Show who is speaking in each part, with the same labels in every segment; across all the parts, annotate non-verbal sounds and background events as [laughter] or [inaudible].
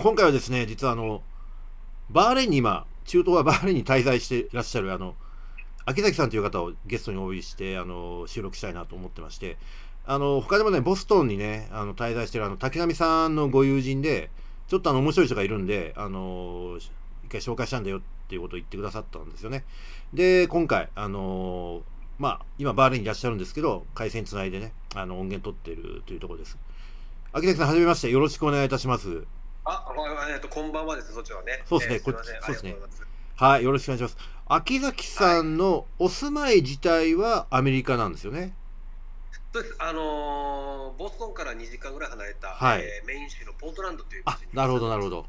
Speaker 1: 今回はですね、実はあの、バーレンに今、中東はバーレンに滞在していらっしゃる、あの、秋崎さんという方をゲストにお呼びして、あの、収録したいなと思ってまして、あの、他でもね、ボストンにね、あの、滞在してる、あの、竹上さんのご友人で、ちょっとあの、面白い人がいるんで、あの、一回紹介したんだよっていうことを言ってくださったんですよね。で、今回、あの、まあ、今、バーレンにいらっしゃるんですけど、回線つないでね、あの、音源取ってるというところです。秋崎さん、はじめまして。よろしくお願いいたします。
Speaker 2: あ、まあえっと、こんばんはですね、そちらはね。
Speaker 1: そうですね
Speaker 2: えー
Speaker 1: こっ
Speaker 2: いません
Speaker 1: そうですね
Speaker 2: ありがとうございます
Speaker 1: はい、よろしくお願いします。秋崎さんのお住まい自体はアメリカなんですよね。
Speaker 2: そうです。あのーボストンから2時間ぐらい離れた、
Speaker 1: はい
Speaker 2: えーメイン州のポートランドという
Speaker 1: あ、なるほど、なるほ
Speaker 2: ど。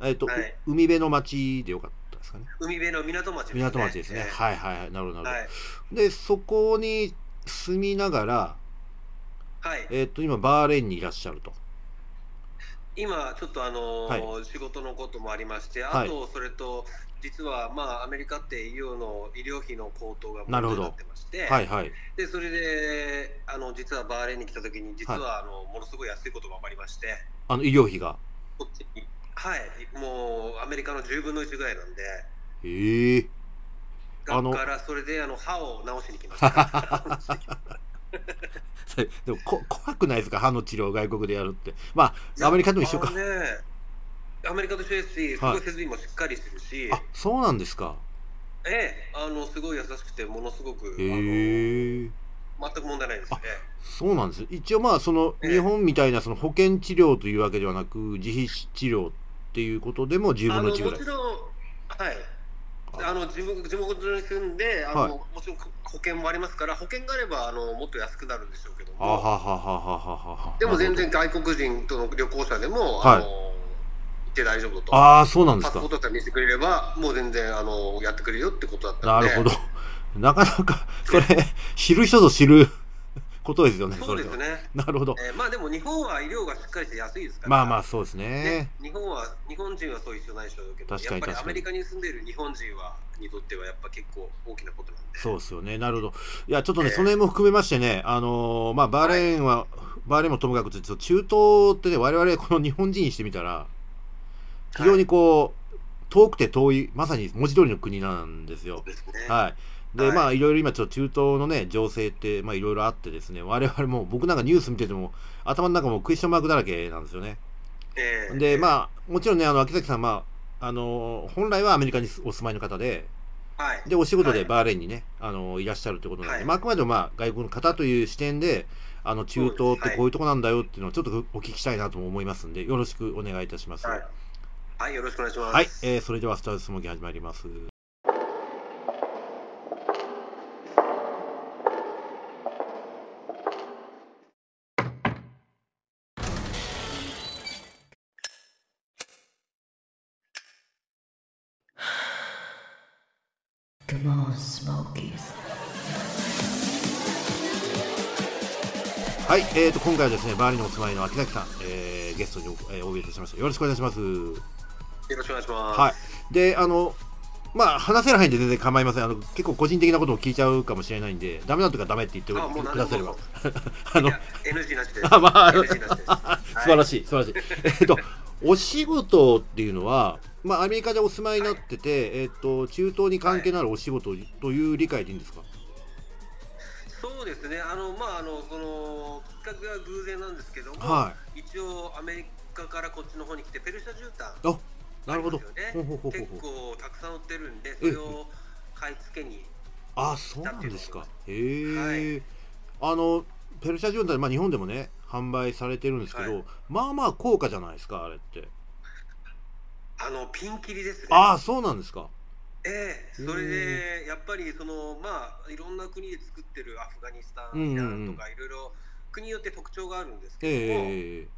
Speaker 1: ど。えっ、と、
Speaker 2: はいう
Speaker 1: 海辺の町でよかったですかね。
Speaker 2: 海辺の港町ですね。
Speaker 1: 港町ですね。
Speaker 2: えー
Speaker 1: はいはいはい、なるほど、な
Speaker 2: は
Speaker 1: る
Speaker 2: い。
Speaker 1: ほど。で、そこに住みながら、
Speaker 2: はい。
Speaker 1: えっ、と、今、バーレーンにいらっしゃると。
Speaker 2: 今、ちょっとあのー仕事のこともありまして、
Speaker 1: は
Speaker 2: あ
Speaker 1: い
Speaker 2: と、それと、実は、まあ、アメリカって医療の、医療費の高騰が
Speaker 1: なるほ
Speaker 2: 問題に
Speaker 1: ど
Speaker 2: なってまして、
Speaker 1: はいはい。
Speaker 2: で、それで、あの、実はバーレーンに来た時に、実は、あの、ものすごい安いことが分かりまして、
Speaker 1: あの、医療費が。
Speaker 2: こっちに、はい、もうアメリカの10分の1ぐらいなんで、
Speaker 1: ええあ
Speaker 2: だ
Speaker 1: の
Speaker 2: からそれであの歯を直しに来ま
Speaker 1: [laughs]
Speaker 2: した。
Speaker 1: それでもこ、怖くないですか歯の治療を外国でやるって。まあ、アメリカでも一緒か
Speaker 2: あ。のね、アメリカと一緒ですし、す
Speaker 1: は
Speaker 2: ご
Speaker 1: い
Speaker 2: い設備もしっかりしてるし、
Speaker 1: あ、そうなんですか。
Speaker 2: ええあのすごい優しくて、ものすごく、
Speaker 1: ええ
Speaker 2: あの全く問題ないですね。
Speaker 1: そうなんですよ一応まあその
Speaker 2: ええ
Speaker 1: 日本みたいなその保険治療というわけではなく自費治療っていうことでも10
Speaker 2: あ
Speaker 1: 分の
Speaker 2: のも
Speaker 1: 1
Speaker 2: ち
Speaker 1: ぐ
Speaker 2: ろん、
Speaker 1: らい
Speaker 2: はい。
Speaker 1: あ
Speaker 2: あの地元地元に住んであの、
Speaker 1: はい
Speaker 2: もちろん保険もありますから、保険があればあのもっと安くなるんでしょうけども。
Speaker 1: あはははははは
Speaker 2: でも全然外国人との旅行者でも、
Speaker 1: はい
Speaker 2: あの行って大丈夫だと。
Speaker 1: ああーそうなんで
Speaker 2: パ
Speaker 1: す
Speaker 2: スポー
Speaker 1: か
Speaker 2: トさえ見せてくれれば、もう全然あのやってくれるよってことだった
Speaker 1: なん
Speaker 2: で。
Speaker 1: るほど
Speaker 2: [laughs]
Speaker 1: なかなかそれ知る人ぞ知ることですよね
Speaker 2: そうです
Speaker 1: れ
Speaker 2: ね
Speaker 1: は。なるほど
Speaker 2: えーまあでも日本は医療がしっかりして安いですから。
Speaker 1: まあまあそうですね
Speaker 2: ね日本は日本人はそういう必要ないでしょうけど、
Speaker 1: 確かに
Speaker 2: やっぱり
Speaker 1: 確
Speaker 2: ア
Speaker 1: か
Speaker 2: メ
Speaker 1: に
Speaker 2: リカに住んでいる日本人はにとってはやっぱ結構大きなことなんで。
Speaker 1: そうですよねなるほどいやちょっとね、
Speaker 2: ええ
Speaker 1: その辺も含めましてねあのーまあバーレーンは、バーレーンもともかくとちょっと中東ってね我々この日本人にしてみたら非常にこう、遠くて遠いまさに文字通りの国なんですよ
Speaker 2: はい。。ですね。
Speaker 1: はい、で、
Speaker 2: はい
Speaker 1: まあいろいろ今ちょっと中東のね情勢ってまあいろいろあってですね我々も僕なんかニュース見てても頭の中もクエスチョンマークだらけなんですよね。
Speaker 2: えー
Speaker 1: でまあもちろんねあの秋崎さんまああの本来はアメリカにお住まいの方で
Speaker 2: はい。
Speaker 1: でお仕事
Speaker 2: は
Speaker 1: で
Speaker 2: い
Speaker 1: バーレーンにね、い、あのいらっしゃるということなんで、
Speaker 2: はい
Speaker 1: まあ、あくまでもまあ外国の方という視点であの中東ってこういうとこなんだよっていうのをちょっとお聞きしたいなとも思いますんでよろしくお願いいたします。
Speaker 2: はい。はい、よろしくお願いします。
Speaker 1: はい、えーそれではスタートスモーキー始まります。
Speaker 3: Come on, Smokies.
Speaker 1: はい、えー、と今回はですねバーリーにお住まいの秋崎さん、えーゲストにお,、えーお呼びいたしましたよろしくお願いします
Speaker 2: よろしくお願いします。
Speaker 1: はいであのまあ話せる範囲で全然構いませんあの結構個人的なことも聞いちゃうかもしれないんでダメなとかダメって言って
Speaker 2: あもう何
Speaker 1: くだ
Speaker 2: でも
Speaker 1: さればあ
Speaker 2: あ
Speaker 1: の
Speaker 2: の NG なしで。
Speaker 1: [laughs] あまあ
Speaker 2: NG
Speaker 1: [laughs]
Speaker 2: なしです。
Speaker 1: 素晴らしい素晴らしいえっとお仕事っていうのはまあアメリカでお住まいになってて、えっと中東に関係のあるお仕事という理解でいいんですか、
Speaker 2: そうですね、あのまああのそのきっかけは偶然なんですけども、
Speaker 1: は
Speaker 2: 一応アメリカからこっちの方に来てペルシャ絨毯
Speaker 1: いなるほど、
Speaker 2: あります
Speaker 1: ほ
Speaker 2: よ
Speaker 1: う
Speaker 2: ね
Speaker 1: ほうほうほう
Speaker 2: 結
Speaker 1: ほう
Speaker 2: 構たくさん売ってるんで、それを買い付けに、
Speaker 1: あそうなんですかへえ、あのペルシャ絨毯まあ日本でもね販売されてるんですけど、
Speaker 2: はい
Speaker 1: まあまあ高価じゃないですかあれって
Speaker 2: あのピンキリですね。
Speaker 1: ああそうなんですか
Speaker 2: ええそれでやっぱりそのまあいろんな国で作ってるアフガニスタ
Speaker 1: うんうんう
Speaker 2: ン、
Speaker 1: ん
Speaker 2: イランとかいろいろ国によって特徴があるんですけども。
Speaker 1: ええ
Speaker 2: えー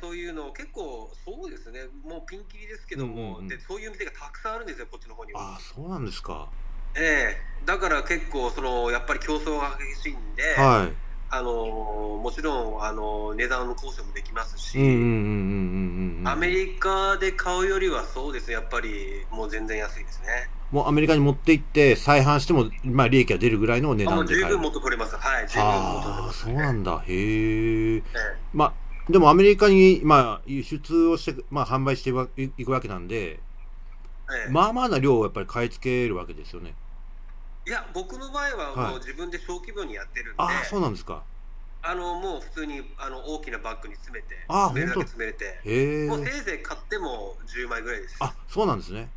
Speaker 2: そういうのを結構そうですねもうピンキリですけども、
Speaker 1: うんうんうん
Speaker 2: でそういう店がたくさんあるんですよこっちの方には
Speaker 1: ああそうなんですか、
Speaker 2: ええだから結構そのやっぱり競争が激しいんで、
Speaker 1: は
Speaker 2: あのーもちろんあのー値段の交渉もできますし、
Speaker 1: いうんうんうんうんうんうん
Speaker 2: アメリカで買うよりはそうですねやっぱりもう全然安いですね。
Speaker 1: もうアメリカに持って行って再販してもまあ利益が出るぐらいの値
Speaker 2: あも
Speaker 1: 段
Speaker 2: う
Speaker 1: で
Speaker 2: 十
Speaker 1: 買える
Speaker 2: 分元取れますはい十分元取れ
Speaker 1: あ
Speaker 2: ま
Speaker 1: あ
Speaker 2: す、
Speaker 1: そうなんだへえ
Speaker 2: え
Speaker 1: まあでもアメリカに、まあ、輸出をして、まあ、販売していわいいくわけなんで、
Speaker 2: ええ
Speaker 1: まあまあな量をやっぱり買い付けるわけですよね。
Speaker 2: いや僕の場合は
Speaker 1: はい
Speaker 2: もう自分で小規模にやってるんで、
Speaker 1: ああ、そうなんですか。
Speaker 2: あのもう普通にあの大きなバッグに詰めて、
Speaker 1: あー
Speaker 2: 詰めるだけ
Speaker 1: 本当
Speaker 2: 詰めて、
Speaker 1: へえ
Speaker 2: も。うせいぜい買っても10枚ぐらいです。
Speaker 1: あ、そうなんですね。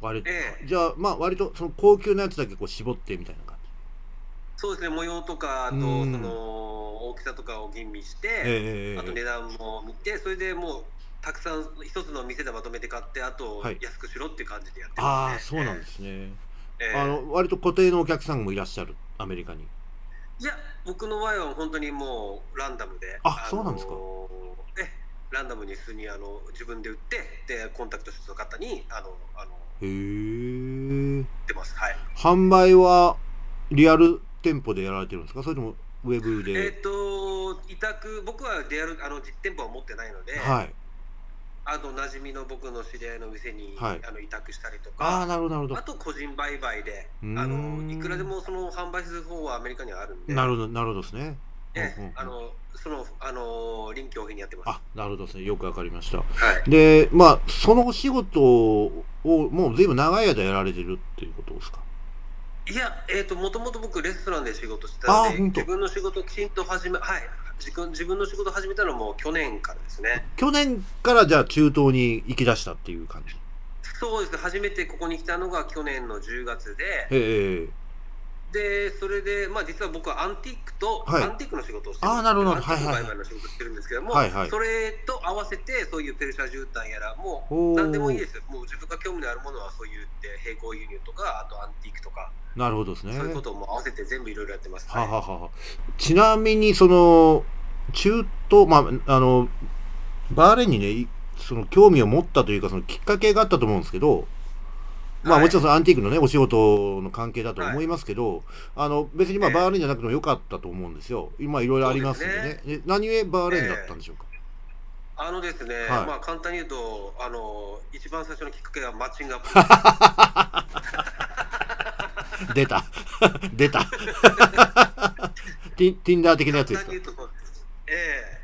Speaker 1: 割と
Speaker 2: ええ
Speaker 1: じゃあ、まあ、割とその高級なやつだけこう絞ってみたいな感じ。
Speaker 2: そうですね、模様とかあと
Speaker 1: う
Speaker 2: そ
Speaker 1: ん
Speaker 2: の大きさとかを吟味して、
Speaker 1: ええ
Speaker 2: あと値段も見て、それでもうたくさん一つの店でまとめて買って、あと
Speaker 1: はい
Speaker 2: 安くしろっていう感じでやって
Speaker 1: ああ、
Speaker 2: ます
Speaker 1: そう
Speaker 2: ね
Speaker 1: なんですね。
Speaker 2: ええ
Speaker 1: あの割と固定のお客さんもいらっしゃる、アメリカに。
Speaker 2: いや、僕の場合は本当にもうランダムで、
Speaker 1: あそうなんですか
Speaker 2: ええランダムに普通にあの自分で売って、でコンタクトしての方にあのあ
Speaker 1: へ
Speaker 2: の
Speaker 1: え。
Speaker 2: 売ってます。はい。
Speaker 1: 販売はリアル店舗でやられてるんですかそれともウェブ
Speaker 2: え
Speaker 1: で。
Speaker 2: っ、と委託僕はリアルあの実店舗は持ってないので、
Speaker 1: はい。
Speaker 2: あと馴染みの僕の知り合いの店に、
Speaker 1: はい
Speaker 2: あの委託したりと
Speaker 1: ああ、
Speaker 2: か、
Speaker 1: なるほど、なるほ
Speaker 2: あと個人売買で、あ
Speaker 1: うーん
Speaker 2: のいくらでもその販売する方はアメリカにはあるんで、
Speaker 1: ど。なるほど、なるほどですね。
Speaker 2: ええ
Speaker 1: うんうんうん
Speaker 2: あのそのあの臨機応変にやってます。
Speaker 1: あ、なるほどですね。よくわかりました。
Speaker 2: はい。
Speaker 1: で、まあ、そのお仕事をもう随分長い間やられてるっていうことですか。
Speaker 2: いや、えっ、と、もともと僕レストランで仕事して
Speaker 1: あ
Speaker 2: た
Speaker 1: ー
Speaker 2: んで、
Speaker 1: ほんと
Speaker 2: 自分の仕事をきちんと始め、はい、自分、自分の仕事を始めたのも去年からですね。
Speaker 1: 去年からじゃあ中東に行き出したっていう感じ。
Speaker 2: そうですね、初めてここに来たのが去年の10月で、
Speaker 1: へえ。
Speaker 2: で、それで、まあ、実は僕はアンティークと、
Speaker 1: はい
Speaker 2: アンティークの仕事をしてるん
Speaker 1: あーなるほど
Speaker 2: アンティーク
Speaker 1: はいはい
Speaker 2: 売買の仕事をしてるんですけども、
Speaker 1: はいはい
Speaker 2: それと合わせて、そういうペルシャ絨毯やら、も
Speaker 1: お
Speaker 2: う、
Speaker 1: ー
Speaker 2: なんでもいいですよ。もう自分が興味のあるものは、そういうって、並行輸入とか、あとアンティークとか、
Speaker 1: なるほどですね。
Speaker 2: そういうことも合わせて全部いろいろやってます。
Speaker 1: はあはあはあちなみに、その、中東、まあ、あの、バーレンにね、いその興味を持ったというか、そのきっかけがあったと思うんですけど、まあ
Speaker 2: はい
Speaker 1: もちろんそのアンティークのね、お仕事の関係だと思いますけど、あの、別にまあ
Speaker 2: ええ
Speaker 1: バーレンじゃなくてもよかったと思うんですよ。今いろいろありますんで
Speaker 2: そう
Speaker 1: ね。で何故バーレンだったんでしょうか。
Speaker 2: あのですね、
Speaker 1: はい
Speaker 2: まあ簡単に言うと、あの一番最初のきっかけはマッチン
Speaker 1: [laughs]
Speaker 2: グアプリ
Speaker 1: 出た。 [laughs] 出
Speaker 2: [laughs]
Speaker 1: た。ティンティンダー的なやつで
Speaker 2: 簡
Speaker 1: す
Speaker 2: 単
Speaker 1: か
Speaker 2: に。言うと、ええ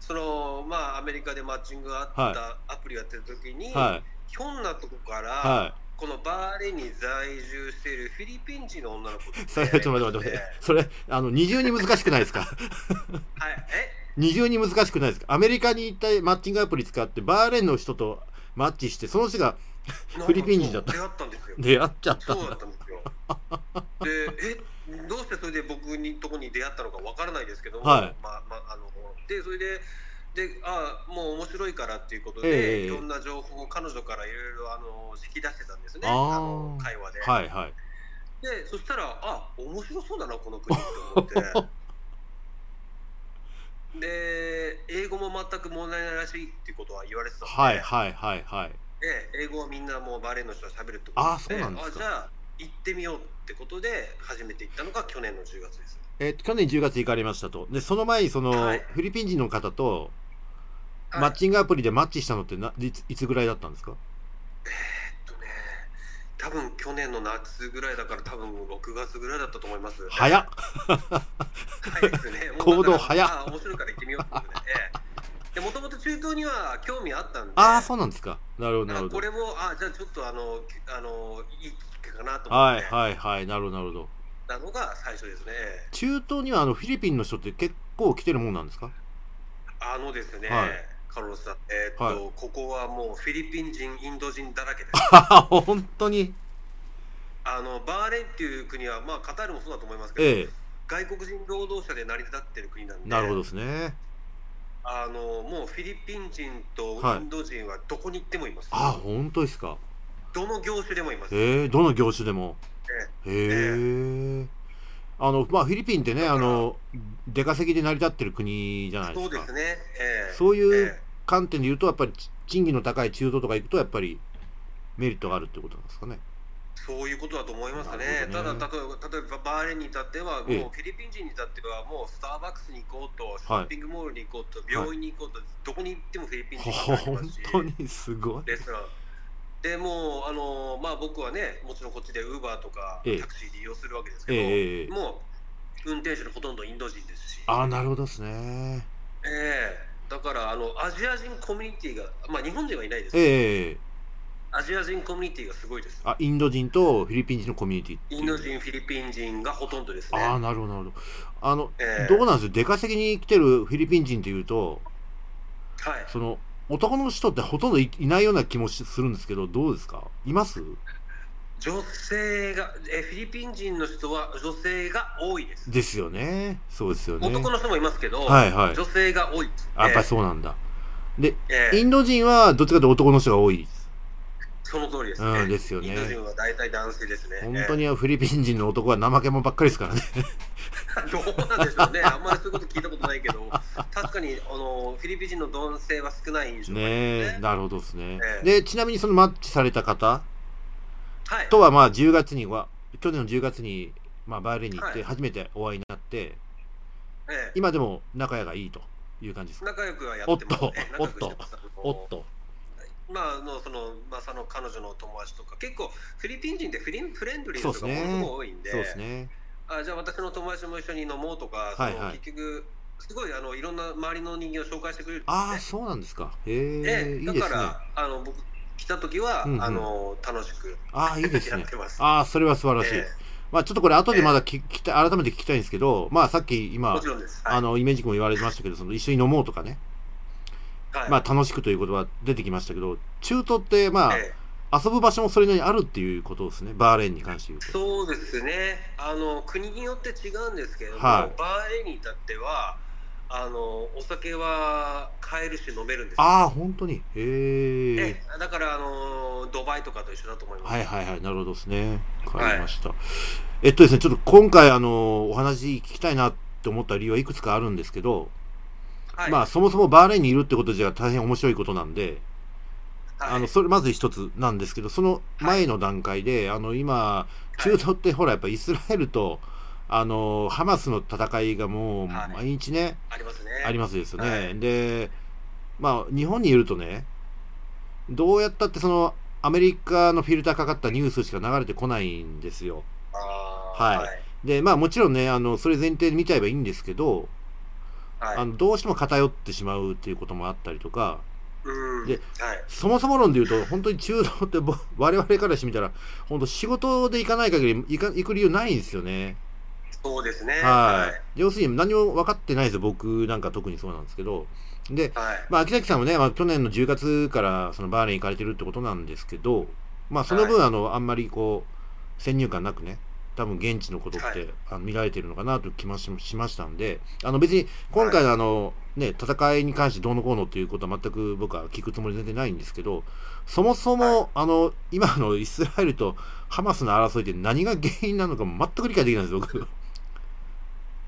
Speaker 2: そのまあアメリカでマッチングがあったアプリをやってる時に、
Speaker 1: はい。
Speaker 2: ひょんなとこから、
Speaker 1: は
Speaker 2: このバーレンに在住しているフィリピン人の女の子と
Speaker 1: い。 [laughs] それ、ちょっと待って待って待って。それ、あの、二重に難しくないですか
Speaker 2: はい、え、
Speaker 1: 二重に難しくないですかアメリカに行ったマッチングアプリ使ってバーレーンの人とマッチしてその人がフィリピン人だった
Speaker 2: なんかそう出会ったんですよ。
Speaker 1: 出会っちゃったん
Speaker 2: そうだ
Speaker 1: だ
Speaker 2: ったんですよ。で、え、どうしてそれで僕にとこに出会ったのかわからないですけども、
Speaker 1: はい
Speaker 2: まあまああのでそれで。でああもう面白いからっていうことで、
Speaker 1: ええ
Speaker 2: いろんな情報を彼女からいろいろあの引き出してたんですね、
Speaker 1: あー
Speaker 2: あの会話で,、
Speaker 1: はいはい
Speaker 2: で。そしたら、あ面白そうだな、この国って思
Speaker 1: [laughs]
Speaker 2: って。で、英語も全く問題ないらしいっていうことは言われてたので、
Speaker 1: はいはいはいはい
Speaker 2: で英語はみんなもうバーレーンの人は喋るってこと
Speaker 1: あーそうなんですか
Speaker 2: あじゃあ行ってみようってことで始めていったのが去年の10月です
Speaker 1: えー去年10月行かれましたとでその前にその、
Speaker 2: はい
Speaker 1: フィリピン人の方と
Speaker 2: はい
Speaker 1: マッチングアプリでマッチしたのってないついつぐらいだったんですか
Speaker 2: えっとね多分去年の夏ぐらいだから多分6月ぐらいだったと思います
Speaker 1: 早っ [laughs]
Speaker 2: 早いですねもう
Speaker 1: 行動早っ
Speaker 2: だからあ面白いから行ってみようってことで、ええ、でもともと中東には興味あったんで
Speaker 1: ああそうなんですかなるほどなる
Speaker 2: あ
Speaker 1: ほ
Speaker 2: こ
Speaker 1: ど
Speaker 2: れもあじゃあちょっとあのきあのいいきっかけかなと思
Speaker 1: は
Speaker 2: っ
Speaker 1: い
Speaker 2: て、
Speaker 1: はいはいなるほどなるほど
Speaker 2: なのが最初ですね
Speaker 1: 中東にはあのフィリピンの人って結構来てるもんなん
Speaker 2: [laughs]
Speaker 1: ですか
Speaker 2: あのですね、
Speaker 1: はい
Speaker 2: カロロスさん、えーっと、
Speaker 1: はい
Speaker 2: ここはもうフィリピン人、インド人だらけです。
Speaker 1: [laughs] あ本当に
Speaker 2: あのバーレンっていう国は、まあ、カタールもそうだと思いますけど、
Speaker 1: ええ
Speaker 2: 外国人労働者で成り立ってる国なんで、
Speaker 1: なるほどですね
Speaker 2: あのもうフィリピン人と
Speaker 1: はい
Speaker 2: インド人はどこに行ってもいます、
Speaker 1: ああ本当ですか
Speaker 2: どの業種でもいます。
Speaker 1: えー、どの業種でも。へえあのまあ、フィリピンってね、あの出稼ぎで成り立ってる国じゃないで
Speaker 2: そ
Speaker 1: す
Speaker 2: う
Speaker 1: か。
Speaker 2: ですね、ええ
Speaker 1: そういう
Speaker 2: え
Speaker 1: 観点で言うと、やっぱりち賃金の高い中東とか行くと、やっぱりメリットがあるってことなんですかね。
Speaker 2: えそういうことだと思いますね
Speaker 1: なるほどね
Speaker 2: ただ例えば例えばバーレンに至ってはもうフ
Speaker 1: ええ
Speaker 2: ィリピン人に至ってはもうスターバックスに行こうとショッピングモールに行こうと、病院に行こうとどこに行ってもフィリピン人がいま
Speaker 1: 本
Speaker 2: すし
Speaker 1: 当にすごい。
Speaker 2: レストラン。でもうあのまあ僕はねもちろんこっちでウーバーとか
Speaker 1: ええ
Speaker 2: タクシー利用するわけですけ
Speaker 1: え
Speaker 2: ど、
Speaker 1: えええ
Speaker 2: もう運転手のほとんどインド人ですし、
Speaker 1: ああ、なるほどですね。
Speaker 2: ええだからあのアジア人コミュニティがまあ日本人はいないですけど、
Speaker 1: ええ
Speaker 2: アジア人コミュニティがすごいです
Speaker 1: あ、インド人とフィリピン人のコミュニティっていう
Speaker 2: インド人フィリピン人がほとんどですね
Speaker 1: ああ、なるほど、なるほど。あの、
Speaker 2: ええ
Speaker 1: どうなんですよ、出稼ぎに来てるフィリピン人っていうと、
Speaker 2: はい
Speaker 1: その、男の人ってほとんどいいないような気もしするんですけど、どうですかいます
Speaker 2: 女性がえフィリピン人の人は女性が多いです
Speaker 1: ですよね。そうですよね。
Speaker 2: 男の人もいますけど、
Speaker 1: はいはい。
Speaker 2: 女性が多いですね
Speaker 1: あやっぱりそうなんだ。
Speaker 2: ええ
Speaker 1: インド人はどっちかというと男の人が多い。
Speaker 2: その通りですね,、
Speaker 1: うん、ですよね
Speaker 2: イン。ド人は大体男性ですね
Speaker 1: 本当にフィリピン人の男は怠け者ばっかりですからね。
Speaker 2: どうなんでしょうね、あんまりそういうこと聞いたことない
Speaker 1: [laughs]
Speaker 2: けど、確かにあのフィリピン人の男性は少ない印象があります
Speaker 1: ねえ、なるほどですね。
Speaker 2: ええ
Speaker 1: で、ちなみにそのマッチされた方
Speaker 2: はい、
Speaker 1: とは、まあ、10月には、去年の10月に、まあ、バーレーンに行っ
Speaker 2: は
Speaker 1: て、
Speaker 2: い
Speaker 1: 初めてお会いになって、
Speaker 2: ええ
Speaker 1: 今でも仲がいいという感じですか。
Speaker 2: 仲良くはやってます、ね。
Speaker 1: おっと
Speaker 2: 仲良くしてます
Speaker 1: おっと。
Speaker 2: あのまあ、あのその、まあ、その彼女の友達とか、結構フィリピン人ってフリンフレンドリーな人
Speaker 1: そ
Speaker 2: が
Speaker 1: うですね
Speaker 2: ものすごい多いんで。
Speaker 1: そうですね。
Speaker 2: あ、じゃあ、私の友達も一緒に飲もうとか、
Speaker 1: はい
Speaker 2: その
Speaker 1: はい
Speaker 2: 結局、すごい、あの、いろんな周りの人間を紹介してくれるんですね
Speaker 1: ああ、そうなんですか。へえ、
Speaker 2: え
Speaker 1: いい
Speaker 2: え、だ
Speaker 1: で
Speaker 2: か
Speaker 1: すね。あ
Speaker 2: ら、あの、僕、来た時は、
Speaker 1: うんうん
Speaker 2: あの、楽しく
Speaker 1: あー、いいです
Speaker 2: や
Speaker 1: ね
Speaker 2: っ。てます。
Speaker 1: ああ、それは素晴らしい。
Speaker 2: え
Speaker 1: まあ、ちょっとこれ、後でまだき、きた改めて聞きたいんですけど、まあ、さっき
Speaker 2: え
Speaker 1: 今、
Speaker 2: もちろんです。はい
Speaker 1: あのイメージ君も言われてましたけど、その一緒に飲もうとかね、
Speaker 2: はい
Speaker 1: まあ、楽しくという言葉出てきましたけど、中東って、ま
Speaker 2: ええ
Speaker 1: あ、遊ぶ場所もそれなりにあるっていうことですね、バーレーンに関して言うと。
Speaker 2: そうですねあの国によって違うんですけれども、
Speaker 1: はい
Speaker 2: バーレーンに至ってはあのお酒は買えるし飲めるんですよ
Speaker 1: ああ、本当に。へ
Speaker 2: え
Speaker 1: え。
Speaker 2: えだからあのドバイとかと一緒だと思います、
Speaker 1: はいはいはい、なるほどですね。わか
Speaker 2: はい
Speaker 1: りました。えっとですね、ちょっと今回、あの、お話聞きたいなって思った理由はいくつかあるんですけど、
Speaker 2: はい
Speaker 1: まあ、そもそもバーレーンにいるってこと自体が大変面白いことなんで、
Speaker 2: はい
Speaker 1: あのそれまず一つなんですけどその前の段階で、あの今中東ってほらやっぱイスラエルとあのハマスの戦いがもう
Speaker 2: はい
Speaker 1: 毎日ね、
Speaker 2: ありますね
Speaker 1: ありますですよね、
Speaker 2: はい
Speaker 1: でまあ日本にいるとねどうやったってそのアメリカのフィルターかかったニュースしか流れてこないんですよ
Speaker 2: あー
Speaker 1: はい
Speaker 2: はい
Speaker 1: でまあもちろんねあのそれ前提で見ちゃえばいいんですけど、
Speaker 2: はい
Speaker 1: あのどうしても偏ってしまうっていうこともあったりとか
Speaker 2: うん
Speaker 1: で
Speaker 2: はい
Speaker 1: そもそも論で言うと、本当に中東ってぼ [laughs] 我々からしてみたら、本当仕事で行かない限り行か行く理由ないんですよね。
Speaker 2: そうですね
Speaker 1: はい。要するに何も分かってないですよ、僕なんか特にそうなんですけど。で、
Speaker 2: はい、はい
Speaker 1: まあ、秋崎さんもね、まあ、去年の10月からそのバーレン行かれてるってことなんですけど、まあ、その分、あの、あんまりこう、先入観なくね、多分現地のことって、
Speaker 2: はい
Speaker 1: あの見られてるのかなという気もししましたんで、あの別に今回のあの、ね、戦いに関してどうのこうのっていうことは全く僕は聞くつもり全然ないんですけど、そもそも、あの、今のイスラエルとハマスの争いって何が原因なのか全く理解できないんですよ、
Speaker 2: [laughs]
Speaker 1: 僕。
Speaker 2: ま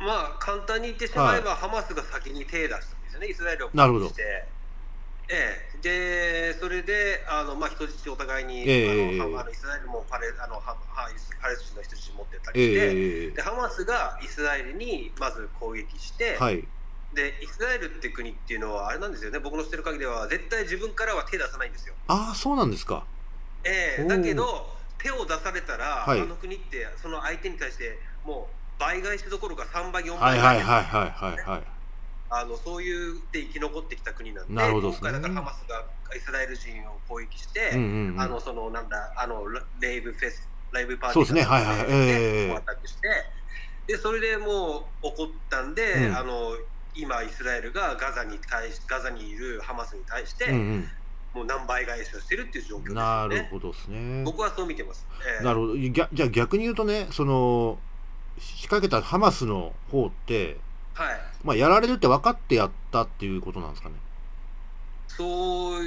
Speaker 2: あ簡単に言ってしまえば、ハマスが先に手を出したんですよね、イスラエルを
Speaker 1: なるほど
Speaker 2: して。ええ、でそれであの、まあ、人質お互いに、
Speaker 1: ええ
Speaker 2: あのハあのイスラエルもパレあのハハイスパレスチナの人質持ってたりして、
Speaker 1: ええ
Speaker 2: でハマスがイスラエルにまず攻撃して、
Speaker 1: はい。
Speaker 2: でイスラエルって国っていうのはあれなんですよね僕の知ってる限りでは絶対自分からは手出さないんですよ。
Speaker 1: ああ、そうなんですか。
Speaker 2: え
Speaker 1: お
Speaker 2: え、
Speaker 1: ー
Speaker 2: だけど手を出されたら、
Speaker 1: はい
Speaker 2: あの国ってその相手に対してもう倍返しどころか3倍4
Speaker 1: は
Speaker 2: 倍
Speaker 1: い
Speaker 2: 返し
Speaker 1: はいはいはいはいはい。
Speaker 2: あのそういうで生き残ってきた国なんで、
Speaker 1: なるほどで
Speaker 2: 今
Speaker 1: すね
Speaker 2: 回だからハマスがイスラエル人を攻撃して、
Speaker 1: うんうんうん
Speaker 2: あのそのなんだあのラレイブフェスライブパーテ
Speaker 1: そう
Speaker 2: ィ
Speaker 1: です
Speaker 2: ー
Speaker 1: ね
Speaker 2: だ
Speaker 1: は
Speaker 2: っ
Speaker 1: い
Speaker 2: た
Speaker 1: はい
Speaker 2: んで
Speaker 1: ええ
Speaker 2: こうアタックしてでそれでもう怒ったんで、
Speaker 1: うん
Speaker 2: あの今イスラエルがガザに対しガザにいるハマスに対して、
Speaker 1: うん
Speaker 2: もう何倍返しをしてるっていう状況で
Speaker 1: う
Speaker 2: す
Speaker 1: ん、
Speaker 2: よね。
Speaker 1: なるほどですね。
Speaker 2: 僕はそう見てます。ええ
Speaker 1: なるほどぎゃじゃあ逆に言うとね、その仕掛けたハマスの方って、
Speaker 2: はい。
Speaker 1: まあ、やられるって分かってやったっていうことなんですかね。
Speaker 2: そう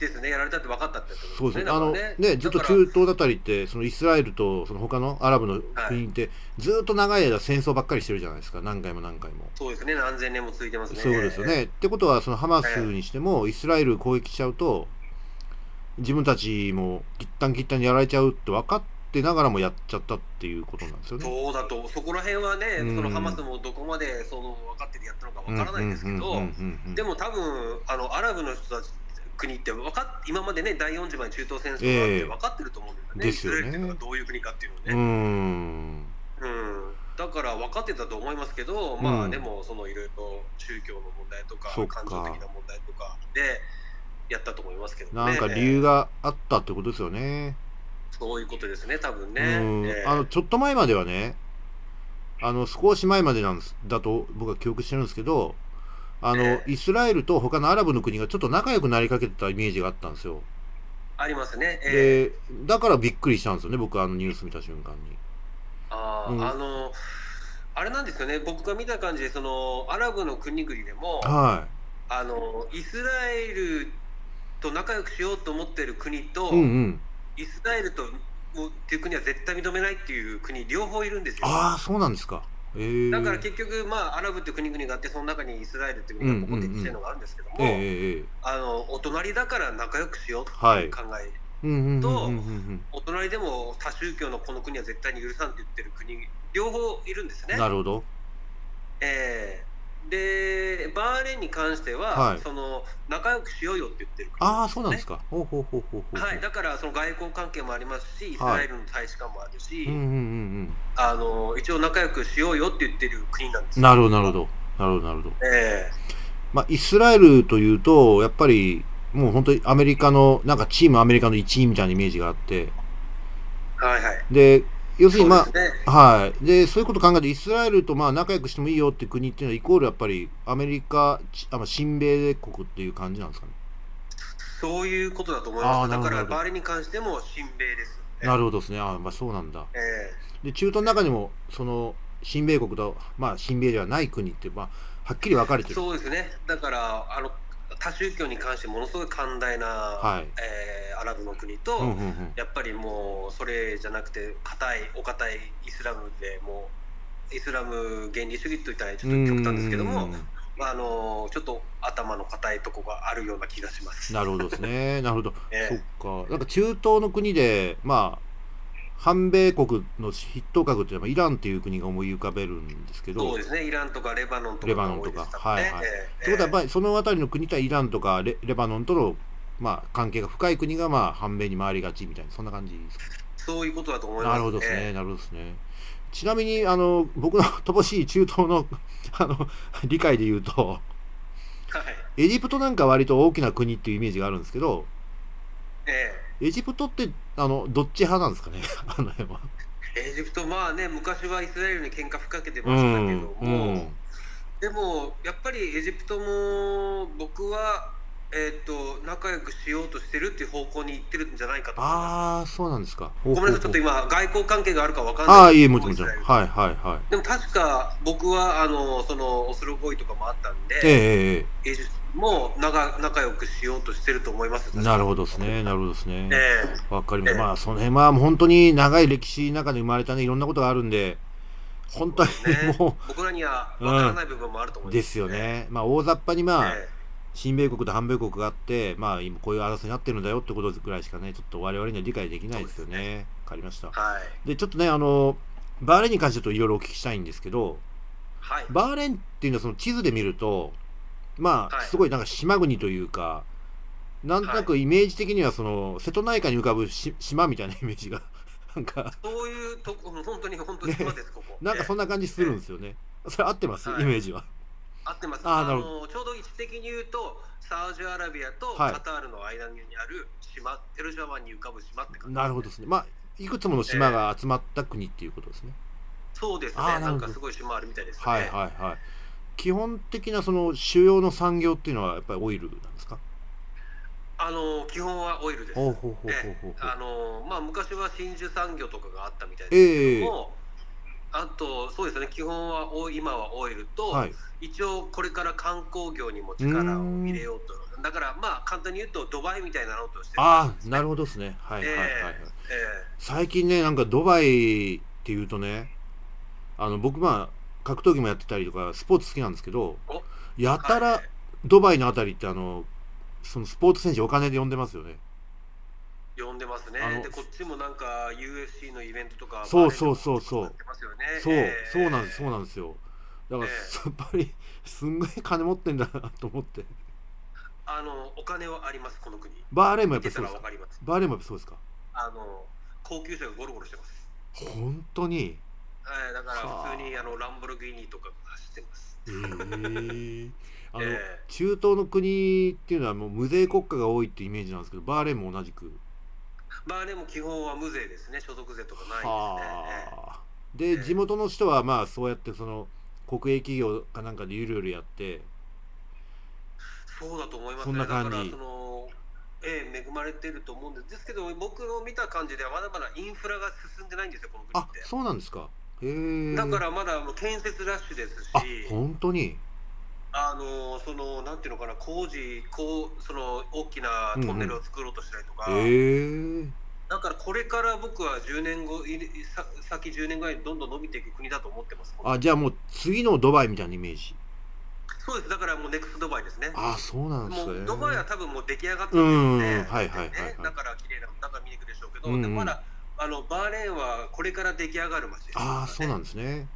Speaker 2: ですね。やられたって分かったってこ
Speaker 1: そ
Speaker 2: と
Speaker 1: う
Speaker 2: で
Speaker 1: ですす
Speaker 2: ね。
Speaker 1: ね。あの
Speaker 2: だから
Speaker 1: ねずっと中東だったりって、そのイスラエルとその他のアラブの国って、ずっと長い間戦争ばっかりしてるじゃないですか、何回も何回も。
Speaker 2: そうですね。何千年も続いてますね。
Speaker 1: そういうことですよね。ってことは、そのハマスにしても、イスラエル攻撃しちゃうと、自分たちも一旦一旦にやられちゃうって分かってながらもやっちゃったっていうことなんですよね。
Speaker 2: そうだと、そこら辺はね、
Speaker 1: うん
Speaker 2: そのハマスもどこまでその分かっててやったのか
Speaker 1: う
Speaker 2: 分からないですけ
Speaker 1: んうんう
Speaker 2: ど
Speaker 1: ん、うんうん
Speaker 2: でも多分あのアラブの人たち、国って分かっ今までね、第4次前中東戦争があ
Speaker 1: え
Speaker 2: って
Speaker 1: え
Speaker 2: 分かってると思うんだよね、
Speaker 1: ですよね
Speaker 2: イスラエルっていうのがどういう国かっていうのを
Speaker 1: うー
Speaker 2: ね。
Speaker 1: ん
Speaker 2: うんだだから分かってたと思いますけど、ま
Speaker 1: う
Speaker 2: あ
Speaker 1: ん
Speaker 2: でもそのいろいろ宗教の問題とか
Speaker 1: そっか
Speaker 2: 感情的な問題とかでやったと思いますけど
Speaker 1: な
Speaker 2: ね
Speaker 1: んか理由があったってことですよね。
Speaker 2: そういうことですね多分ね、
Speaker 1: うん
Speaker 2: ええ
Speaker 1: あのちょっと前まではねあの少し前までなんですだと僕は記憶してるんですけどあの、
Speaker 2: ええ
Speaker 1: イスラエルと他のアラブの国がちょっと仲良くなりかけてたイメージがあったんですよ、
Speaker 2: ありますね、ええ
Speaker 1: でだからびっくりしたんですよね僕はあのニュース見た瞬間に
Speaker 2: あー、
Speaker 1: うん
Speaker 2: あのあれなんですよね僕が見た感じでそのアラブの国々でも
Speaker 1: は
Speaker 2: あのイスラエルと仲良くしようと思ってる国と、
Speaker 1: いうんうん
Speaker 2: イスラエルとっていう国は絶対認めないっていう国両方いるんですよ。
Speaker 1: ああそうなんですかええ
Speaker 2: だから結局、まあ、アラブっていう国々があってその中にイスラエルっていう国がポコってきてるのがあるんですけども、
Speaker 1: ええええええ
Speaker 2: あのお隣だから仲良くしようって
Speaker 1: はい
Speaker 2: いう考え、
Speaker 1: うんうんうんうん
Speaker 2: お隣でも多宗教のこの国は絶対に許さんって言ってる国両方いるんです
Speaker 1: う
Speaker 2: ね
Speaker 1: ん。なるほど
Speaker 2: ええでバーレーンに関しては、
Speaker 1: はい
Speaker 2: その仲良くしようよって言ってる国
Speaker 1: ああそうなんです
Speaker 2: ね。
Speaker 1: か、ほうほうほうほうほう
Speaker 2: はい、だからその外交関係もありますしイス
Speaker 1: はい
Speaker 2: ラエルの大使館もあるし、
Speaker 1: うんうんうん
Speaker 2: あの一応仲良くしようよって言ってる国なんで
Speaker 1: う
Speaker 2: す
Speaker 1: んなるほどなるほどなるほどなるほど
Speaker 2: え
Speaker 1: まあ、イスラエルというと、やっぱりもう本当にアメリカの、なんかチームアメリカの一員みたいなイメージがあって、
Speaker 2: えはいはい
Speaker 1: で、要するに、
Speaker 2: そ
Speaker 1: ま
Speaker 2: うですね
Speaker 1: あ、はい、で、そういうこと考えて、イスラエルとまあ仲良くしてもいいよっていう国っていうのは、イコールやっぱりアメリカ、ちあまあ親米国っていう感じなんですかね。
Speaker 2: そういうことだと思い
Speaker 1: あ
Speaker 2: ま
Speaker 1: ー
Speaker 2: す
Speaker 1: なる
Speaker 2: だ
Speaker 1: ほど
Speaker 2: からバーレーンに関しても親米です、
Speaker 1: なるほどですね、あまあそうなんだ。
Speaker 2: ええ
Speaker 1: で、中東の中にも、その、親米国と、まあ、親米ではない国って、まあ、はっきり分かれてる。
Speaker 2: そうですねだからあの多宗教に関してものすごい寛大な、
Speaker 1: はい。
Speaker 2: えーアラブの国と、
Speaker 1: うんうんうん。
Speaker 2: やっぱりもうそれじゃなくて固いお堅いイスラムでもうイスラム原理主義といったらちょっと極端ですけど
Speaker 1: う
Speaker 2: も
Speaker 1: ん、
Speaker 2: まあ、あのちょっと頭の固いとこがあるような気がします。
Speaker 1: なるほどです
Speaker 2: [laughs]
Speaker 1: ね。なるほど。
Speaker 2: ええ
Speaker 1: そっか。なんか中東の国で、まあ、反米国の筆頭格っていうのはイランっていう国が思い浮かべるんですけど、
Speaker 2: そうですねイランとかレバノンとか
Speaker 1: レバノンとか
Speaker 2: が多です
Speaker 1: はい
Speaker 2: ね
Speaker 1: はい
Speaker 2: ええ
Speaker 1: ってことはやっぱりその辺りの国とはイランとかレレバノンとの、まあ、関係が深い国が、まあ、反米に回りがちみたいな、そんな感じですか
Speaker 2: そういうことだと思います。
Speaker 1: なるほどですね、
Speaker 2: ええ
Speaker 1: なるほどですね。ちなみに、あの、僕の [laughs] 乏しい中東のあの理解で言うと、
Speaker 2: はい。
Speaker 1: エジプトなんか割と大きな国っていうイメージがあるんですけど、
Speaker 2: え
Speaker 1: エジプトって、あの、どっち派なんですかね、 [laughs] あの辺は。
Speaker 2: えエジプトまあね昔はイスラエルに喧嘩吹っかけて
Speaker 1: う
Speaker 2: ましたけ
Speaker 1: ん
Speaker 2: ども、。
Speaker 1: うん。
Speaker 2: でもやっぱりエジプトも僕はえっ、と仲良くしようとしてるっていう方向に行ってるんじゃないかと思います。
Speaker 1: ああ、そうなんですか。
Speaker 2: ごめんなさいちょっと今外交関係があるかわかんない
Speaker 1: ああ、いえ、もちろん、もちろん。
Speaker 2: イスラエル
Speaker 1: はい、はい、はい。
Speaker 2: でも確か僕はあのそのオスロ合意とかもあったんで、
Speaker 1: えええ
Speaker 2: エジプトも仲仲良くしようとしてると思います。
Speaker 1: えなるほどですね。なるほどですね
Speaker 2: え。え
Speaker 1: わかりま
Speaker 2: え
Speaker 1: す。
Speaker 2: え
Speaker 1: まあ、その辺は、本当に長い歴史の中で生まれたね、いろんなことがあるんで、本当に
Speaker 2: そうですね
Speaker 1: [laughs] も
Speaker 2: 僕らには分からない部分もあると思
Speaker 1: う、
Speaker 2: います、
Speaker 1: ですよ。ね。まあ、大雑把に、
Speaker 2: え
Speaker 1: まあ、
Speaker 2: え
Speaker 1: 新米国と反米国があって、まあ、今こういう争いになってるんだよってことぐらいしかね、ちょっと我々には理解できないですよ
Speaker 2: そうで
Speaker 1: ね。わかりました。
Speaker 2: はい。
Speaker 1: で、ちょっとね、あの、バーレーンに関してちょっといろいろお聞きしたいんですけど、
Speaker 2: はい。
Speaker 1: バーレーンっていうのはその地図で見ると、まあ、
Speaker 2: はい
Speaker 1: すごいなんか島国というか、なんとなくイメージ的にはその瀬戸内海に浮かぶし島みたいなイメージが、 [laughs] なんか、
Speaker 2: そういうとこ、もう本当に本当に島です、ここ。
Speaker 1: なんかそん
Speaker 2: な、
Speaker 1: な感じするんですよね。それ合ってます、
Speaker 2: はい
Speaker 1: イメージは。
Speaker 2: 合ってます。
Speaker 1: あー
Speaker 2: あ
Speaker 1: なるほ
Speaker 2: の、ちょうど位置的に言うと、サウジアラビアと
Speaker 1: はい
Speaker 2: カタールの間にある島、ペルシャ湾に浮かぶ島って感じ。
Speaker 1: なるほどですね。まあ、いくつもの島が集まった国っていうことですね。
Speaker 2: そうですね。
Speaker 1: あーな
Speaker 2: な
Speaker 1: るほど
Speaker 2: んかすごい島あるみたいですね。
Speaker 1: はいはいはい。基本的なその主要の産業っていうのはやっぱりオイルなんですか
Speaker 2: あの、基本はオイルです。
Speaker 1: ほうほうほうほう
Speaker 2: え
Speaker 1: ほう
Speaker 2: え
Speaker 1: ほ
Speaker 2: あ
Speaker 1: う。
Speaker 2: の、まあ、昔は真珠産業とかがあったみたいです
Speaker 1: え
Speaker 2: け
Speaker 1: え
Speaker 2: ども。あとそうですね基本はお今はオイルと、
Speaker 1: はい。
Speaker 2: 一応これから観光業にも力を入れようとだからまあ簡単に言うとドバイみたいになろうとしてる
Speaker 1: ああ、なるほどですね。はいはいはいはい。
Speaker 2: え
Speaker 1: 最近ねなんかドバイっていうとねあの僕まあ格闘技もやってたりとかスポーツ好きなんですけど
Speaker 2: お
Speaker 1: や
Speaker 2: え
Speaker 1: た
Speaker 2: はい
Speaker 1: らドバイのあたりってあのそのスポーツ選手お金で呼んでますよね
Speaker 2: 呼んでますね
Speaker 1: あの
Speaker 2: でこっちもなんか UFC のイベントとか
Speaker 1: そうそうそうそう
Speaker 2: やってますよね
Speaker 1: そう
Speaker 2: ええ
Speaker 1: そうなんですそうなんですよだから
Speaker 2: え
Speaker 1: やっぱりすんごい金持ってんだなと思って
Speaker 2: あのお金はありますこの国
Speaker 1: バーレーンもや
Speaker 2: 見
Speaker 1: っぱ
Speaker 2: て
Speaker 1: りそ
Speaker 2: た
Speaker 1: う
Speaker 2: ら
Speaker 1: ですか
Speaker 2: わかります
Speaker 1: バーレーンもやっぱそうですか
Speaker 2: [laughs] あの高級車がゴロゴロしてます
Speaker 1: 本当に
Speaker 2: えはい、だから
Speaker 1: はあ
Speaker 2: 普通にあのランボルギーニとかが走ってます。
Speaker 1: えーあの
Speaker 2: ええ
Speaker 1: 中東の国っていうのはもう無税国家が多いってイメージなんですけどバーレーンも同じく
Speaker 2: まあでも基本は無税ですね、所得税とかないですね。
Speaker 1: はあで
Speaker 2: ええ
Speaker 1: 地元の人はまあそうやってその国営企業かなんかでゆるゆるやって
Speaker 2: そうだと思います
Speaker 1: そ
Speaker 2: ね。
Speaker 1: んな感じ
Speaker 2: だからそのええ恵まれてると思うんです。ですけど僕の見た感じではまだまだインフラが進んでないんですよこの国
Speaker 1: あ
Speaker 2: って。
Speaker 1: そうなんですかへえ
Speaker 2: だからまだもう建設ラッシュですし、
Speaker 1: あ本当に
Speaker 2: あのそのなんていうのかな工事こうその大きなトンネルを作ろうとしたりとか、
Speaker 1: へえ
Speaker 2: だからこれから僕は10年後いさ先10年ぐらいにどんどん伸びていく国だと思ってます。
Speaker 1: あじゃあもう次のドバイみたいなイメージ
Speaker 2: そうです。だからもうネクストドバイですね。
Speaker 1: あそうなんです
Speaker 2: も
Speaker 1: ね
Speaker 2: うドバイは多分もう出来上がって
Speaker 1: う
Speaker 2: る
Speaker 1: ん
Speaker 2: んで
Speaker 1: はい
Speaker 2: ね。
Speaker 1: はいはい
Speaker 2: ね
Speaker 1: は
Speaker 2: だ
Speaker 1: い
Speaker 2: から綺麗な中見に行くでしょうけど、
Speaker 1: うんうん
Speaker 2: でもまだあのバーレーンはこれから出来上がる街です、
Speaker 1: ああそうなんですね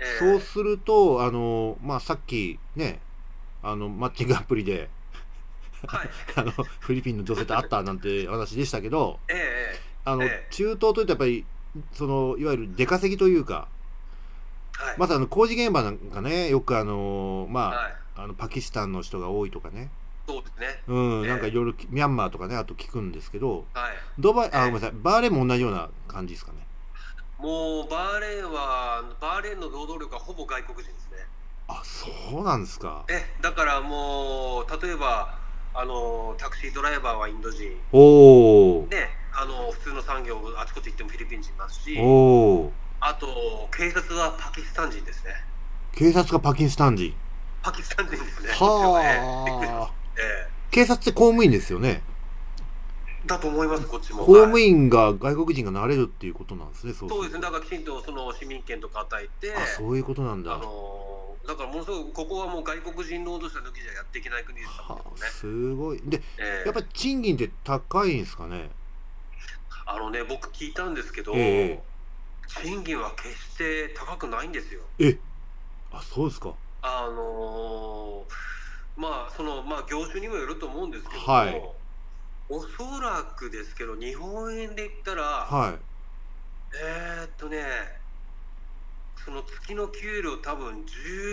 Speaker 2: ええ
Speaker 1: そうするとあのまあさっきねあのマッチングアプリで [laughs]
Speaker 2: はい。
Speaker 1: あのフィリピンの女性と会ったなんて話でしたけど
Speaker 2: ええええ
Speaker 1: あの、
Speaker 2: ええ
Speaker 1: 中東というとやっぱりそのいわゆる出稼ぎというか
Speaker 2: は
Speaker 1: [laughs]
Speaker 2: い。
Speaker 1: まずあの工事現場なんかねよくあのまあ,、
Speaker 2: はい。
Speaker 1: あのパキスタンの人が多いとかね
Speaker 2: そうですね。
Speaker 1: うん、
Speaker 2: ええ
Speaker 1: なんかいろいろミャンマーとかねあと聞くんですけど
Speaker 2: はい。
Speaker 1: ドバイあ
Speaker 2: ええ
Speaker 1: ごめんなさいバーレーンも同じような感じですかね
Speaker 2: もうバーレーンはバーレーンの労働力はほぼ外国人ですね。
Speaker 1: あそうなんですか
Speaker 2: ええだからもう例えばあのタクシードライバーはインド人。
Speaker 1: おお
Speaker 2: ね、あの普通の産業あちこち行ってもフィリピン人いますし
Speaker 1: おお
Speaker 2: あと警察はパキスタン人ですね
Speaker 1: 警察がパキスタン人
Speaker 2: パキスタン人ですねええびっくりしま
Speaker 1: は
Speaker 2: し
Speaker 1: あ
Speaker 2: たえ
Speaker 1: 警察って公務員ですよね
Speaker 2: えだと思いますこっちも
Speaker 1: 公務
Speaker 2: 員
Speaker 1: 員が外国人がなれるっていうことなんですねそう
Speaker 2: そうですねだからきちんとその市民権とか与えて
Speaker 1: あそういうことなんだ
Speaker 2: あのだからものすごくここはもう外国人労働者抜きじゃやっていけない国ですから
Speaker 1: は
Speaker 2: ね
Speaker 1: あ、すごいで
Speaker 2: ええ
Speaker 1: やっぱり賃金って高いんですかね
Speaker 2: あのね僕聞いたんですけど、
Speaker 1: ええ
Speaker 2: 賃金は決して高くないんですよ
Speaker 1: えあそうですか
Speaker 2: あのーまあそのまあ業種にもよると思うんですけども、
Speaker 1: はい
Speaker 2: おそらくですけど日本円で言ったら、
Speaker 1: は
Speaker 2: えーっとねその月の給料多分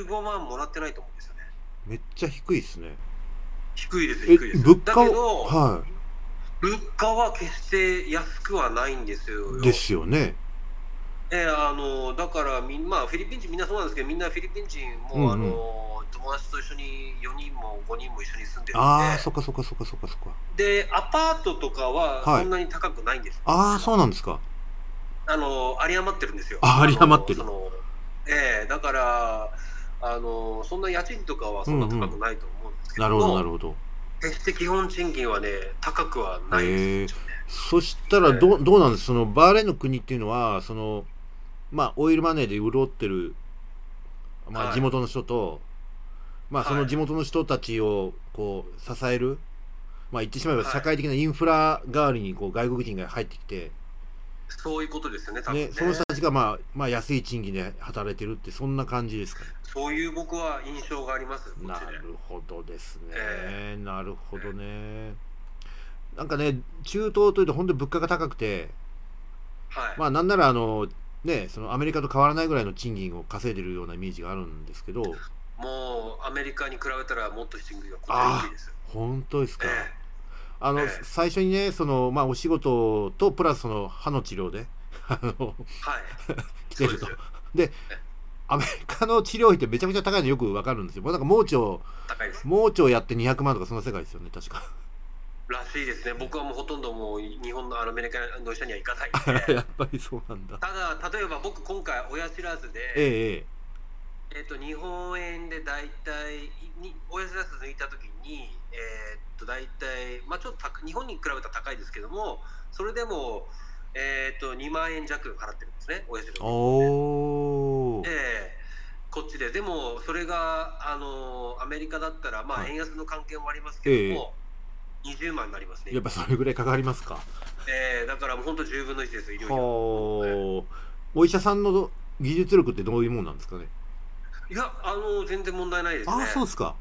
Speaker 2: 15万もらってないと思うんですよね
Speaker 1: いめっちゃ低いですね
Speaker 2: 低いです
Speaker 1: え
Speaker 2: 低いです
Speaker 1: 物価
Speaker 2: だけ
Speaker 1: を
Speaker 2: ど、
Speaker 1: は
Speaker 2: 物価は決して安くはないんですよ
Speaker 1: いですよね
Speaker 2: えーあのだからみん、まあ、フィリピン人みんなそうなんですけどみんなフィリピン人も、
Speaker 1: うんうん
Speaker 2: あの友達と一緒に4人も5人も一緒に住んでるんで
Speaker 1: ああそっかそっかそっかそっかそっか
Speaker 2: でアパートとかは
Speaker 1: はい
Speaker 2: そんなに高くないんです、
Speaker 1: ああそうなんですか
Speaker 2: あの有り余ってるんですよ
Speaker 1: あ有り余ってる
Speaker 2: あのそのええだからあのそんな家賃とかはそんな高くないと思うんですけ
Speaker 1: な
Speaker 2: ど,、
Speaker 1: るほどなるほど
Speaker 2: 決して基本賃金はね高くはないですよね、
Speaker 1: そしたらど,、うどうなんですそのバーレーンの国っていうのはそのまあオイルマネーで潤ってる、ま
Speaker 2: は
Speaker 1: あ、
Speaker 2: い
Speaker 1: 地元の人と、まあ
Speaker 2: はい
Speaker 1: その地元の人たちをこう支える、まあ言ってしまえば
Speaker 2: はい
Speaker 1: 社会的なインフラ代わりにこう外国人が入ってきて、
Speaker 2: そういうことですよね多分ね
Speaker 1: ね、その人たちがまあまあ安い賃金で働いてるってそんな感じですかね。
Speaker 2: そういう僕は印象がありますこっちで
Speaker 1: なるほどですね、
Speaker 2: え
Speaker 1: なるほどね。なんかね中東というと本当に物価が高くて
Speaker 2: はい、
Speaker 1: まあなんならあのねそのアメリカと変わらないぐらいの賃金を稼いでるようなイメージがあるんですけど
Speaker 2: もうアメリカに比べたらもっと賃金がこっちは低いです
Speaker 1: 本当ですか、
Speaker 2: え
Speaker 1: あの、
Speaker 2: ええ
Speaker 1: 最初にねそのまあお仕事とプラスその歯の治療であの
Speaker 2: えはい
Speaker 1: 来てると
Speaker 2: そう
Speaker 1: で
Speaker 2: え
Speaker 1: アメリカの治療費ってめちゃくちゃ高いのよくわかるんですよもうなんか盲腸
Speaker 2: 高いです
Speaker 1: 盲腸やって200万とかそんな世界ですよね確から [laughs]
Speaker 2: しいですね僕はもうほとんどもう日本のあのアメリカの医者には行
Speaker 1: [laughs]
Speaker 2: かないんで
Speaker 1: やっぱりそうなんだ
Speaker 2: ただ例えば僕今回親知らずで、
Speaker 1: ええ
Speaker 2: え
Speaker 1: え
Speaker 2: っと日本円で大体に親知らず抜いた時にえーっと大体まあちょっと高日本に比べたら高いですけどもそれでもえーっと2万円弱払ってるんですね親知らず
Speaker 1: えおお
Speaker 2: ええこっちででもそれがあのアメリカだったらま
Speaker 1: は
Speaker 2: あ
Speaker 1: い
Speaker 2: 円安の関係もありますけども、20万になりますね
Speaker 1: やっぱそれぐらいかかりますか
Speaker 2: ええだからもうほんと10分の1です医療
Speaker 1: は
Speaker 2: 費
Speaker 1: あお医者さんの技術力ってどういうもんなんですかね
Speaker 2: いや、あの、全然問題ないですね。
Speaker 1: ああそうですか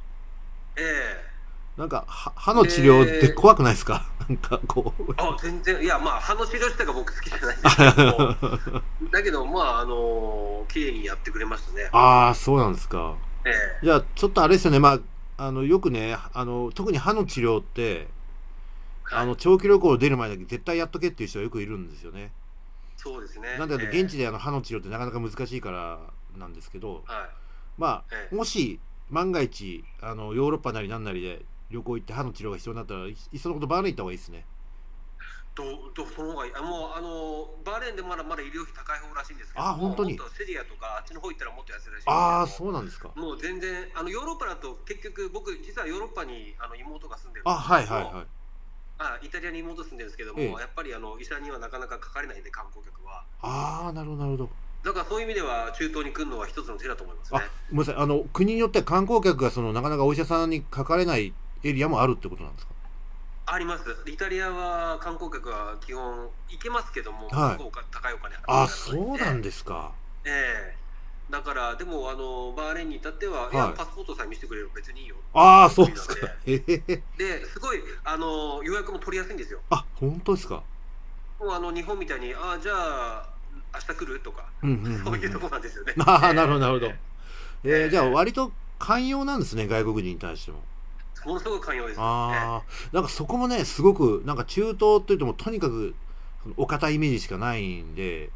Speaker 2: ええ
Speaker 1: なんか歯歯の治療って怖くないですか、なんかこ
Speaker 2: [laughs]
Speaker 1: う
Speaker 2: あ全然いやまあ歯の治療自体が僕好きじゃないんですけどだけどまああの綺麗にやってくれましたね。
Speaker 1: ああそうなんですか
Speaker 2: え
Speaker 1: じゃあちょっとあれですよねまああのよくねあの特に歯の治療って
Speaker 2: え
Speaker 1: あ
Speaker 2: は
Speaker 1: の
Speaker 2: い
Speaker 1: 長期旅行出る前だけ絶対やっとけっていう人がよくいるんですよね
Speaker 2: そうですね。
Speaker 1: なんであの
Speaker 2: ええ
Speaker 1: 現地であの歯の治療ってなかなか難しいからなんですけど
Speaker 2: はい
Speaker 1: ま
Speaker 2: え
Speaker 1: あもし万が一あのヨーロッパなりなんなりで旅行行って歯の治療が必要になったらいいっそのことバーレーン行った方がいいですね
Speaker 2: どどその方がいいあもうあのバーレーンでまだまだ医療費高い方らしいんですけど
Speaker 1: あ本当に
Speaker 2: もっとセリアとかあっちの方行ったらもっと安いらしいんですけど
Speaker 1: ああそうなんですか
Speaker 2: もう全然あのヨーロッパだと結局僕実はヨーロッパにあの妹が住んでるんですけど
Speaker 1: あはいはいはい
Speaker 2: あイタリアに妹住んでるんですけども、
Speaker 1: ええ
Speaker 2: やっぱりあの医者にはなかなかかかれないんで観光客は
Speaker 1: ああなるほどなるほど
Speaker 2: だからそういう意味では中東に来るのは一つの手だと思いますね
Speaker 1: ごめんなさいあの国によっては観光客がそのなかなかお医者さんにかかれないエリアもあるってことなんですか
Speaker 2: ありますイタリアは観光客は基本行けますけども、
Speaker 1: はい
Speaker 2: すごく高いお金払って
Speaker 1: あそうなん
Speaker 2: だ
Speaker 1: ですか
Speaker 2: ええだからでもあのバーレーンに至っては、
Speaker 1: はい
Speaker 2: い、やパスポートさえ見せてくれれば別にいいよ
Speaker 1: ああそうですかええ
Speaker 2: ですごいあの予約も取りやすいんですよ
Speaker 1: あ本当ですか
Speaker 2: もうあの日本みたいにあじゃあ明日来るとか
Speaker 1: うんうんうん、
Speaker 2: そういうとこなんですよね、
Speaker 1: [laughs] ああなるほどなるほど、 [laughs] えー
Speaker 2: えー
Speaker 1: じゃあ割と寛容なんですね外国人に対しても
Speaker 2: ものすごく寛容です、ね、
Speaker 1: ああなんかそこもねすごくなんか中東というともうとにかくそのお堅いイメージしかないんで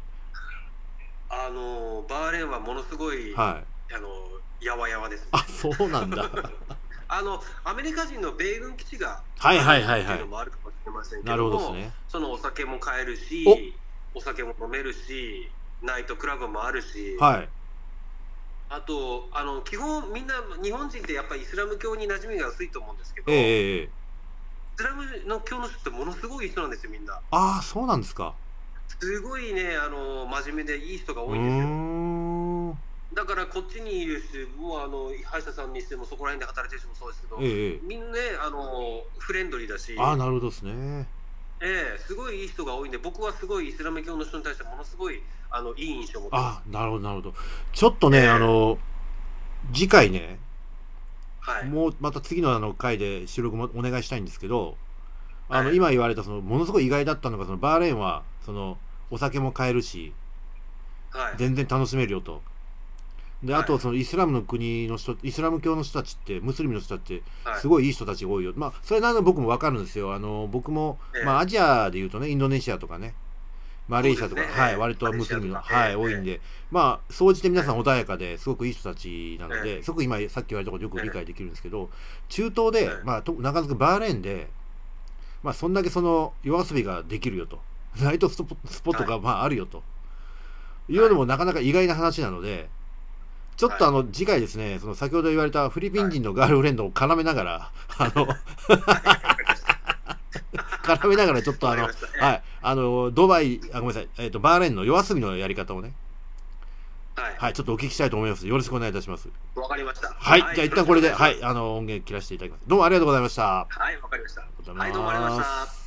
Speaker 2: あのバーレーンはものすごい、
Speaker 1: はい
Speaker 2: あのやわやわです、
Speaker 1: あそうなんだ
Speaker 2: あのアメリカ人の米軍基地が
Speaker 1: [laughs] はいはいはい
Speaker 2: って
Speaker 1: はい
Speaker 2: いうのもあるかもしれませんけ
Speaker 1: な
Speaker 2: ど
Speaker 1: る
Speaker 2: も
Speaker 1: ほどですね
Speaker 2: そのお酒も買えるしお酒も飲めるしナイトクラブもあるし、
Speaker 1: はい
Speaker 2: あとあの基本みんな日本人ってやっぱりイスラム教に馴染みが薄いと思うんですけど、
Speaker 1: ええ
Speaker 2: イ
Speaker 1: ええ
Speaker 2: スラムの教の人ってものすごい人なんですよみんな
Speaker 1: ああそうなんですか
Speaker 2: すごいねあの真面目でいい人が
Speaker 1: う
Speaker 2: 多いんですよ
Speaker 1: ーん
Speaker 2: だからこっちにいるしもうあの歯医者さんにしてもそこら辺で働いてる人もそうですけど、
Speaker 1: ええええ
Speaker 2: みんなねあのフレンドリーだし
Speaker 1: ああなるほどですね
Speaker 2: ええすごいいい人が多いんで僕はすごいイスラム教の人に対してものすごいあのいい印象を持ってま
Speaker 1: あ
Speaker 2: す。
Speaker 1: なるほどなるほどちょっとね、
Speaker 2: ええ
Speaker 1: あの次回ね
Speaker 2: はい、
Speaker 1: もうまた次のあの回で収録もお願いしたいんですけど、あの
Speaker 2: はい
Speaker 1: 今言われたそのものすごい意外だったのがそのバーレーンはそのお酒も買えるし
Speaker 2: はい、
Speaker 1: 全然楽しめるよと。で
Speaker 2: はい
Speaker 1: あとそのイスラムの国の人イスラム教の人たちってムスリムの人たちって
Speaker 2: はい
Speaker 1: すごいいい人たちが多いよ、まあそれなの僕も分かるんですよあの僕も、
Speaker 2: ええ
Speaker 1: まあ、アジアでいうとねインドネシアとかねマレーシアとか、
Speaker 2: そうですね
Speaker 1: は
Speaker 2: え
Speaker 1: い
Speaker 2: え
Speaker 1: 割とムスリムの、
Speaker 2: マレーシアとか
Speaker 1: はい
Speaker 2: ええ
Speaker 1: 多いんでまあ総じて皆さん穏やかですごくいい人たちなので、すごく今さっき言われたことよく理解できるんですけど中東で、
Speaker 2: ええ
Speaker 1: まあ、となかなかバーレーンで、まあ、そんだけその夜遊びができるよとナイトスポスポットがまああるよと、い、うのもなかなか意外な話なので。ちょっとあの次回ですね、その先ほど言われたフィリピン人のガールフレンドを絡めながら、あの絡めながらちょっとあの
Speaker 2: わかりました
Speaker 1: はい、あのドバイあごめんなさい、えっとバーレーンの夜遊びのやり方をね、
Speaker 2: はい
Speaker 1: はい、ちょっとお聞きしたいと思います。よろしくお願いいたします。
Speaker 2: わかりました。
Speaker 1: はい、じゃあ一旦これで、は
Speaker 2: はい
Speaker 1: い、あの音源切らせていただきます。どうもありがとうございました。
Speaker 2: はい、わかりました。
Speaker 1: りがとうございます
Speaker 2: はい、どうもありがとうございました。